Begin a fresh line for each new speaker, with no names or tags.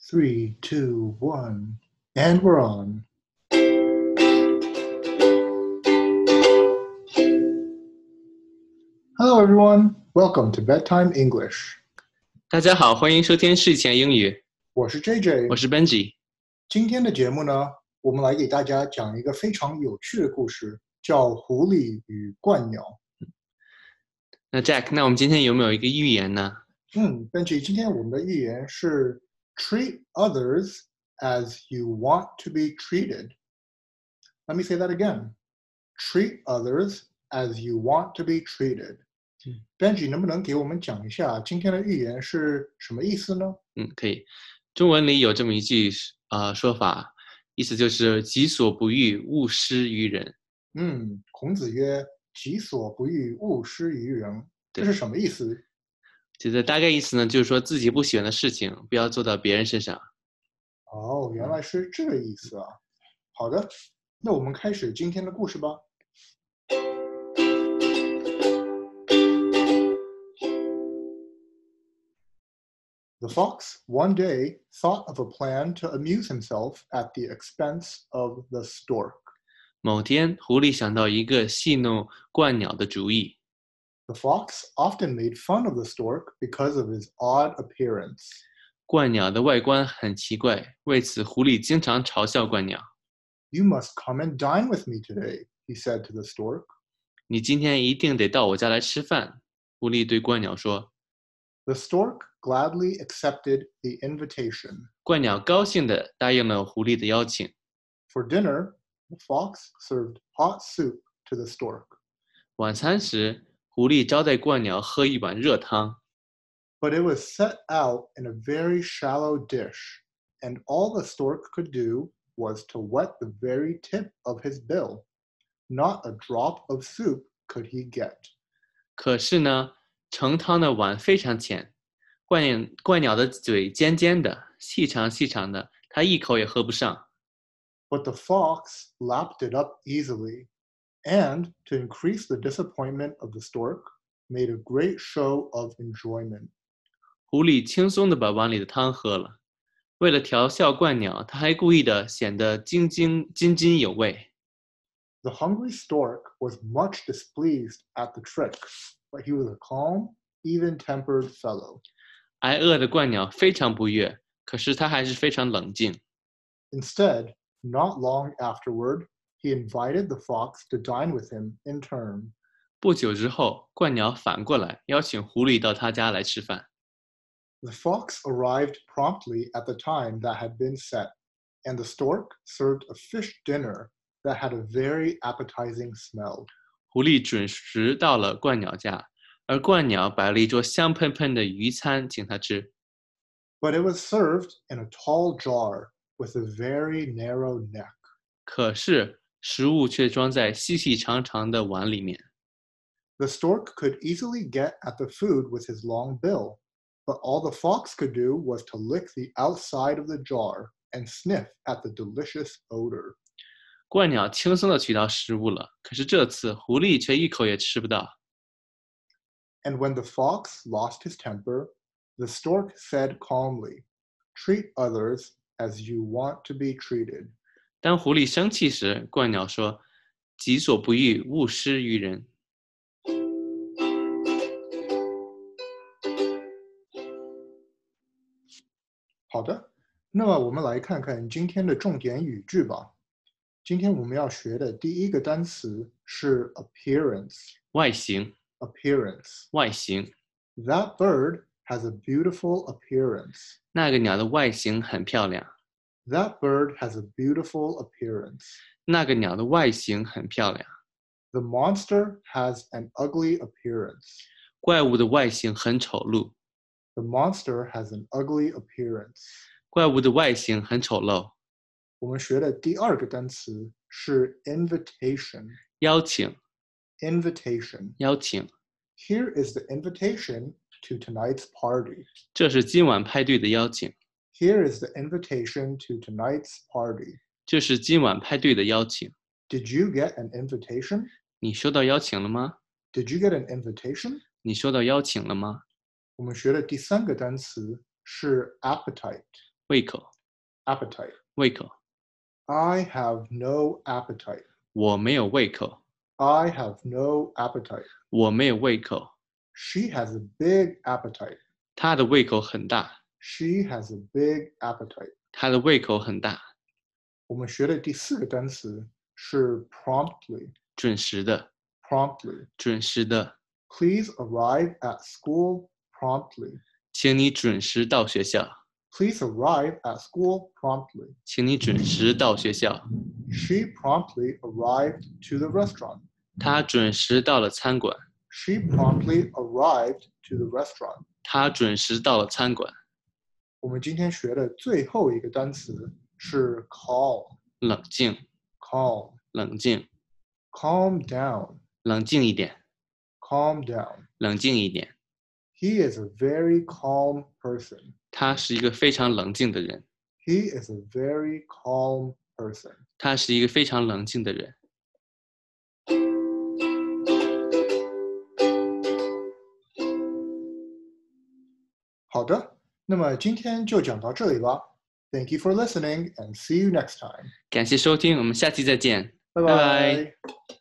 Three, two, one, and we're on. Hello, everyone. Welcome to Bedtime English.
大家好，欢迎收听睡前英语，
我是 JJ，
我是 Benji。
今天的节目呢，我们来给大家讲一个非常有趣的故事，叫《狐狸与鹳鸟》。
那 Jack，那我们今天有没有一个寓言呢？
嗯，Benji，今天我们的寓言是 “Treat others as you want to be treated”。Let me say that again. Treat others as you want to be treated.
嗯
Benji，能不能给我们讲一下今天的寓言是什么意思呢？
嗯，可以。中文里有这么一句呃说法，意思就是“己所不欲，勿施于人
嗯，孔子曰：“己所不欲，勿施于人。”这
对
是什么意思？”。
这个大概意思呢，就是说自己不喜欢的事情，不要做到别人身上。
哦，原来是这个意思啊。好的，那我们开始今天的故事吧。The fox one day thought of a plan to amuse himself at the expense of the stork.
某天，狐狸想到一个戏弄鹳鸟的主意。
The fox often made fun of the stork because of his odd appearance.
鹳鸟的外观很奇怪，为此狐狸经常嘲笑鹳鸟。
You must come and dine with me today, he said to the stork.
你今天一定得到我家来吃饭。狐狸对鹳鸟说。
The stork gladly accepted the invitation.
鹳鸟高兴地答应了狐狸的邀请。
For dinner, the fox served hot soup to the stork.
晚餐时，狐狸招待鹳鸟喝一碗热汤，
But it was set out in a very shallow dish, and all the stork could do was to wet the very tip of his bill. Not a drop of soup could he get.
可是呢，盛汤的碗非常浅，鹳鹳鸟的嘴尖尖的，细长细长的，它一口也喝不上。
But the fox lapped it up easily, and to increase the disappointment of the stork, made a great show of enjoyment.
狐狸轻松地把碗里的汤喝了。为了调笑鹳鸟，它还故意地显得津津津津有味。
The hungry stork was much displeased at the trick, but he was a calm, even tempered fellow.
挨饿的鹳鸟非常不悦，可是它还是非常冷静。
Instead, not long afterward, he invited the fox to dine with him in turn.
不久之后，鹳鸟反过来邀请狐狸到他家来吃饭。
The fox arrived promptly at the time that had been set, and the stork served a fish dinner that had a very appetizing smell.
狐狸准时到了鹳鸟家，而鹳鸟摆了一桌香喷喷的鱼餐请它吃。
But it was served in a tall jar with a very narrow neck.
可是食物却装在细细长长的碗里面。
The stork could easily get at the food with his long bill, but all the fox could do was to lick the outside of the jar and sniff at the delicious odor.
鹳鸟轻松地取到食物了，可是这次狐狸却一口也吃不到。
And when the fox lost his temper, the stork said calmly, Treat others as you want to be treated.
当狐狸生气时，鹳鸟说：“己所不欲，勿施于人。
好的，那么我们来看看今天的重点语句吧。今天我们要学的第一个单词是 appearance
外形，
appearance
外形，
That bird has a beautiful appearance.
那个鸟的外形很漂亮，
That bird has a beautiful appearance.
那个鸟的外形很漂亮，
The monster has an ugly appearance.
怪物的外形很丑陋，
The monster has an ugly appearance.
怪物的外形很丑陋。”
我们学的第二个单词是 invitation.
邀请，
Invitation.
邀请，
Here is the invitation to tonight's party.
这是今晚派对的邀请，
Here is the invitation to tonight's party.
这是今晚派对的邀请。
Did you get an invitation?
你收到邀请了吗？
Did you get an invitation?
你收到邀请了吗？
我们学的第三个单词是 appetite。
胃口，
appetite.
胃口，
I have no appetite.
我没有胃口，
I have no appetite.
我没有胃口。
She has a big appetite.
他的胃口很大，
She has a big appetite.
他的胃口很大，
我们学的第四个单词是 promptly.
准时的，
Promptly.
准时的，
Please arrive at school promptly.
请你准时到学校，
Please arrive at school promptly.
请你准时到学校。
She promptly arrived to the restaurant.
他准时到了餐馆，
She promptly arrived to the restaurant.
他准时到了餐馆。
我们今天学的最后一个单词是 calm.
冷静，
Calm.
冷静，
Calm down.
冷静一点，
Calm down.
冷静一点。
He is a very calm person.
他是一个非常冷静的人，
He is a very calm person.
他是一个非常冷静的人。
好的，那么今天就讲到这里吧。Thank you for listening and see you next time.
感谢收听，我们下期再见。
Bye
拜拜。